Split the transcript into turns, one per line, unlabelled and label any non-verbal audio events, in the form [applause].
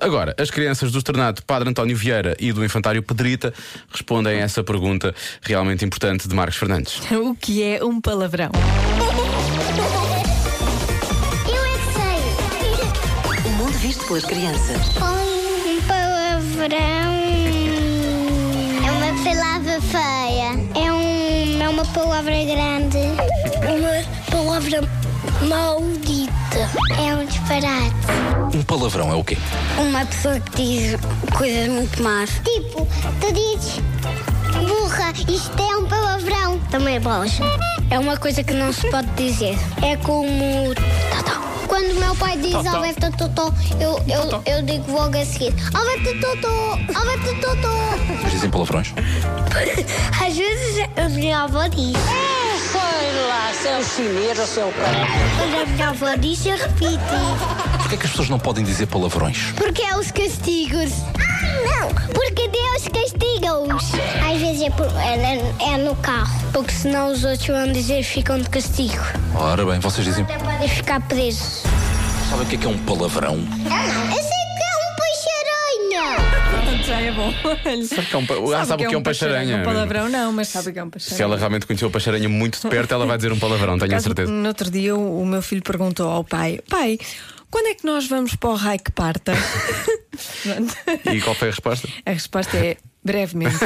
Agora, as crianças do externato Padre António Vieira e do Infantário Pedrita respondem a essa pergunta realmente importante de Marcos Fernandes.
O que é um palavrão?
Eu é que sei.
O mundo visto pelas crianças.
Um palavrão. É uma palavra feia. É, um, é uma palavra grande. Uma palavra maldita. É um disparate.
Um palavrão é o quê?
Uma pessoa que diz coisas muito más. Tipo, tu dizes burra, isto é um palavrão. Também é bolas. É uma coisa que não se pode dizer. É como. Totó. Quando o meu pai diz Alberto Totó, eu, eu, eu digo logo a seguir: Alberto Totó, Alberto Totó.
Mas dizem palavrões.
[laughs] Às vezes a minha avó diz. É.
Sei lá, se é o chinês ou se é o cara.
Quando a minha avó diz, eu repito.
Porquê é que as pessoas não podem dizer palavrões?
Porque é os castigos. Ah, não! Porque Deus castiga-os. Às vezes é, por- é- é no carro. Porque senão os outros vão dizer que ficam de castigo. Ah,
Ora bem, vocês dizem.
Até podem ficar presos.
Sabem o que é que é um palavrão?
Eu sei que é um peixaranha.
Portanto, já é bom. Sabe
que é um pa- Ah, sabe o que é um peixe-aranha.
Um palavrão não, mas sabe o que é um peixe
Se ela realmente conheceu a Pacharanha muito de perto, ela vai dizer um palavrão, tenho a certeza.
No outro dia, o o meu filho perguntou ao pai: Pai, quando é que nós vamos para o raio
[laughs]
que parta? Pronto.
E qual foi a resposta?
a resposta é brevemente.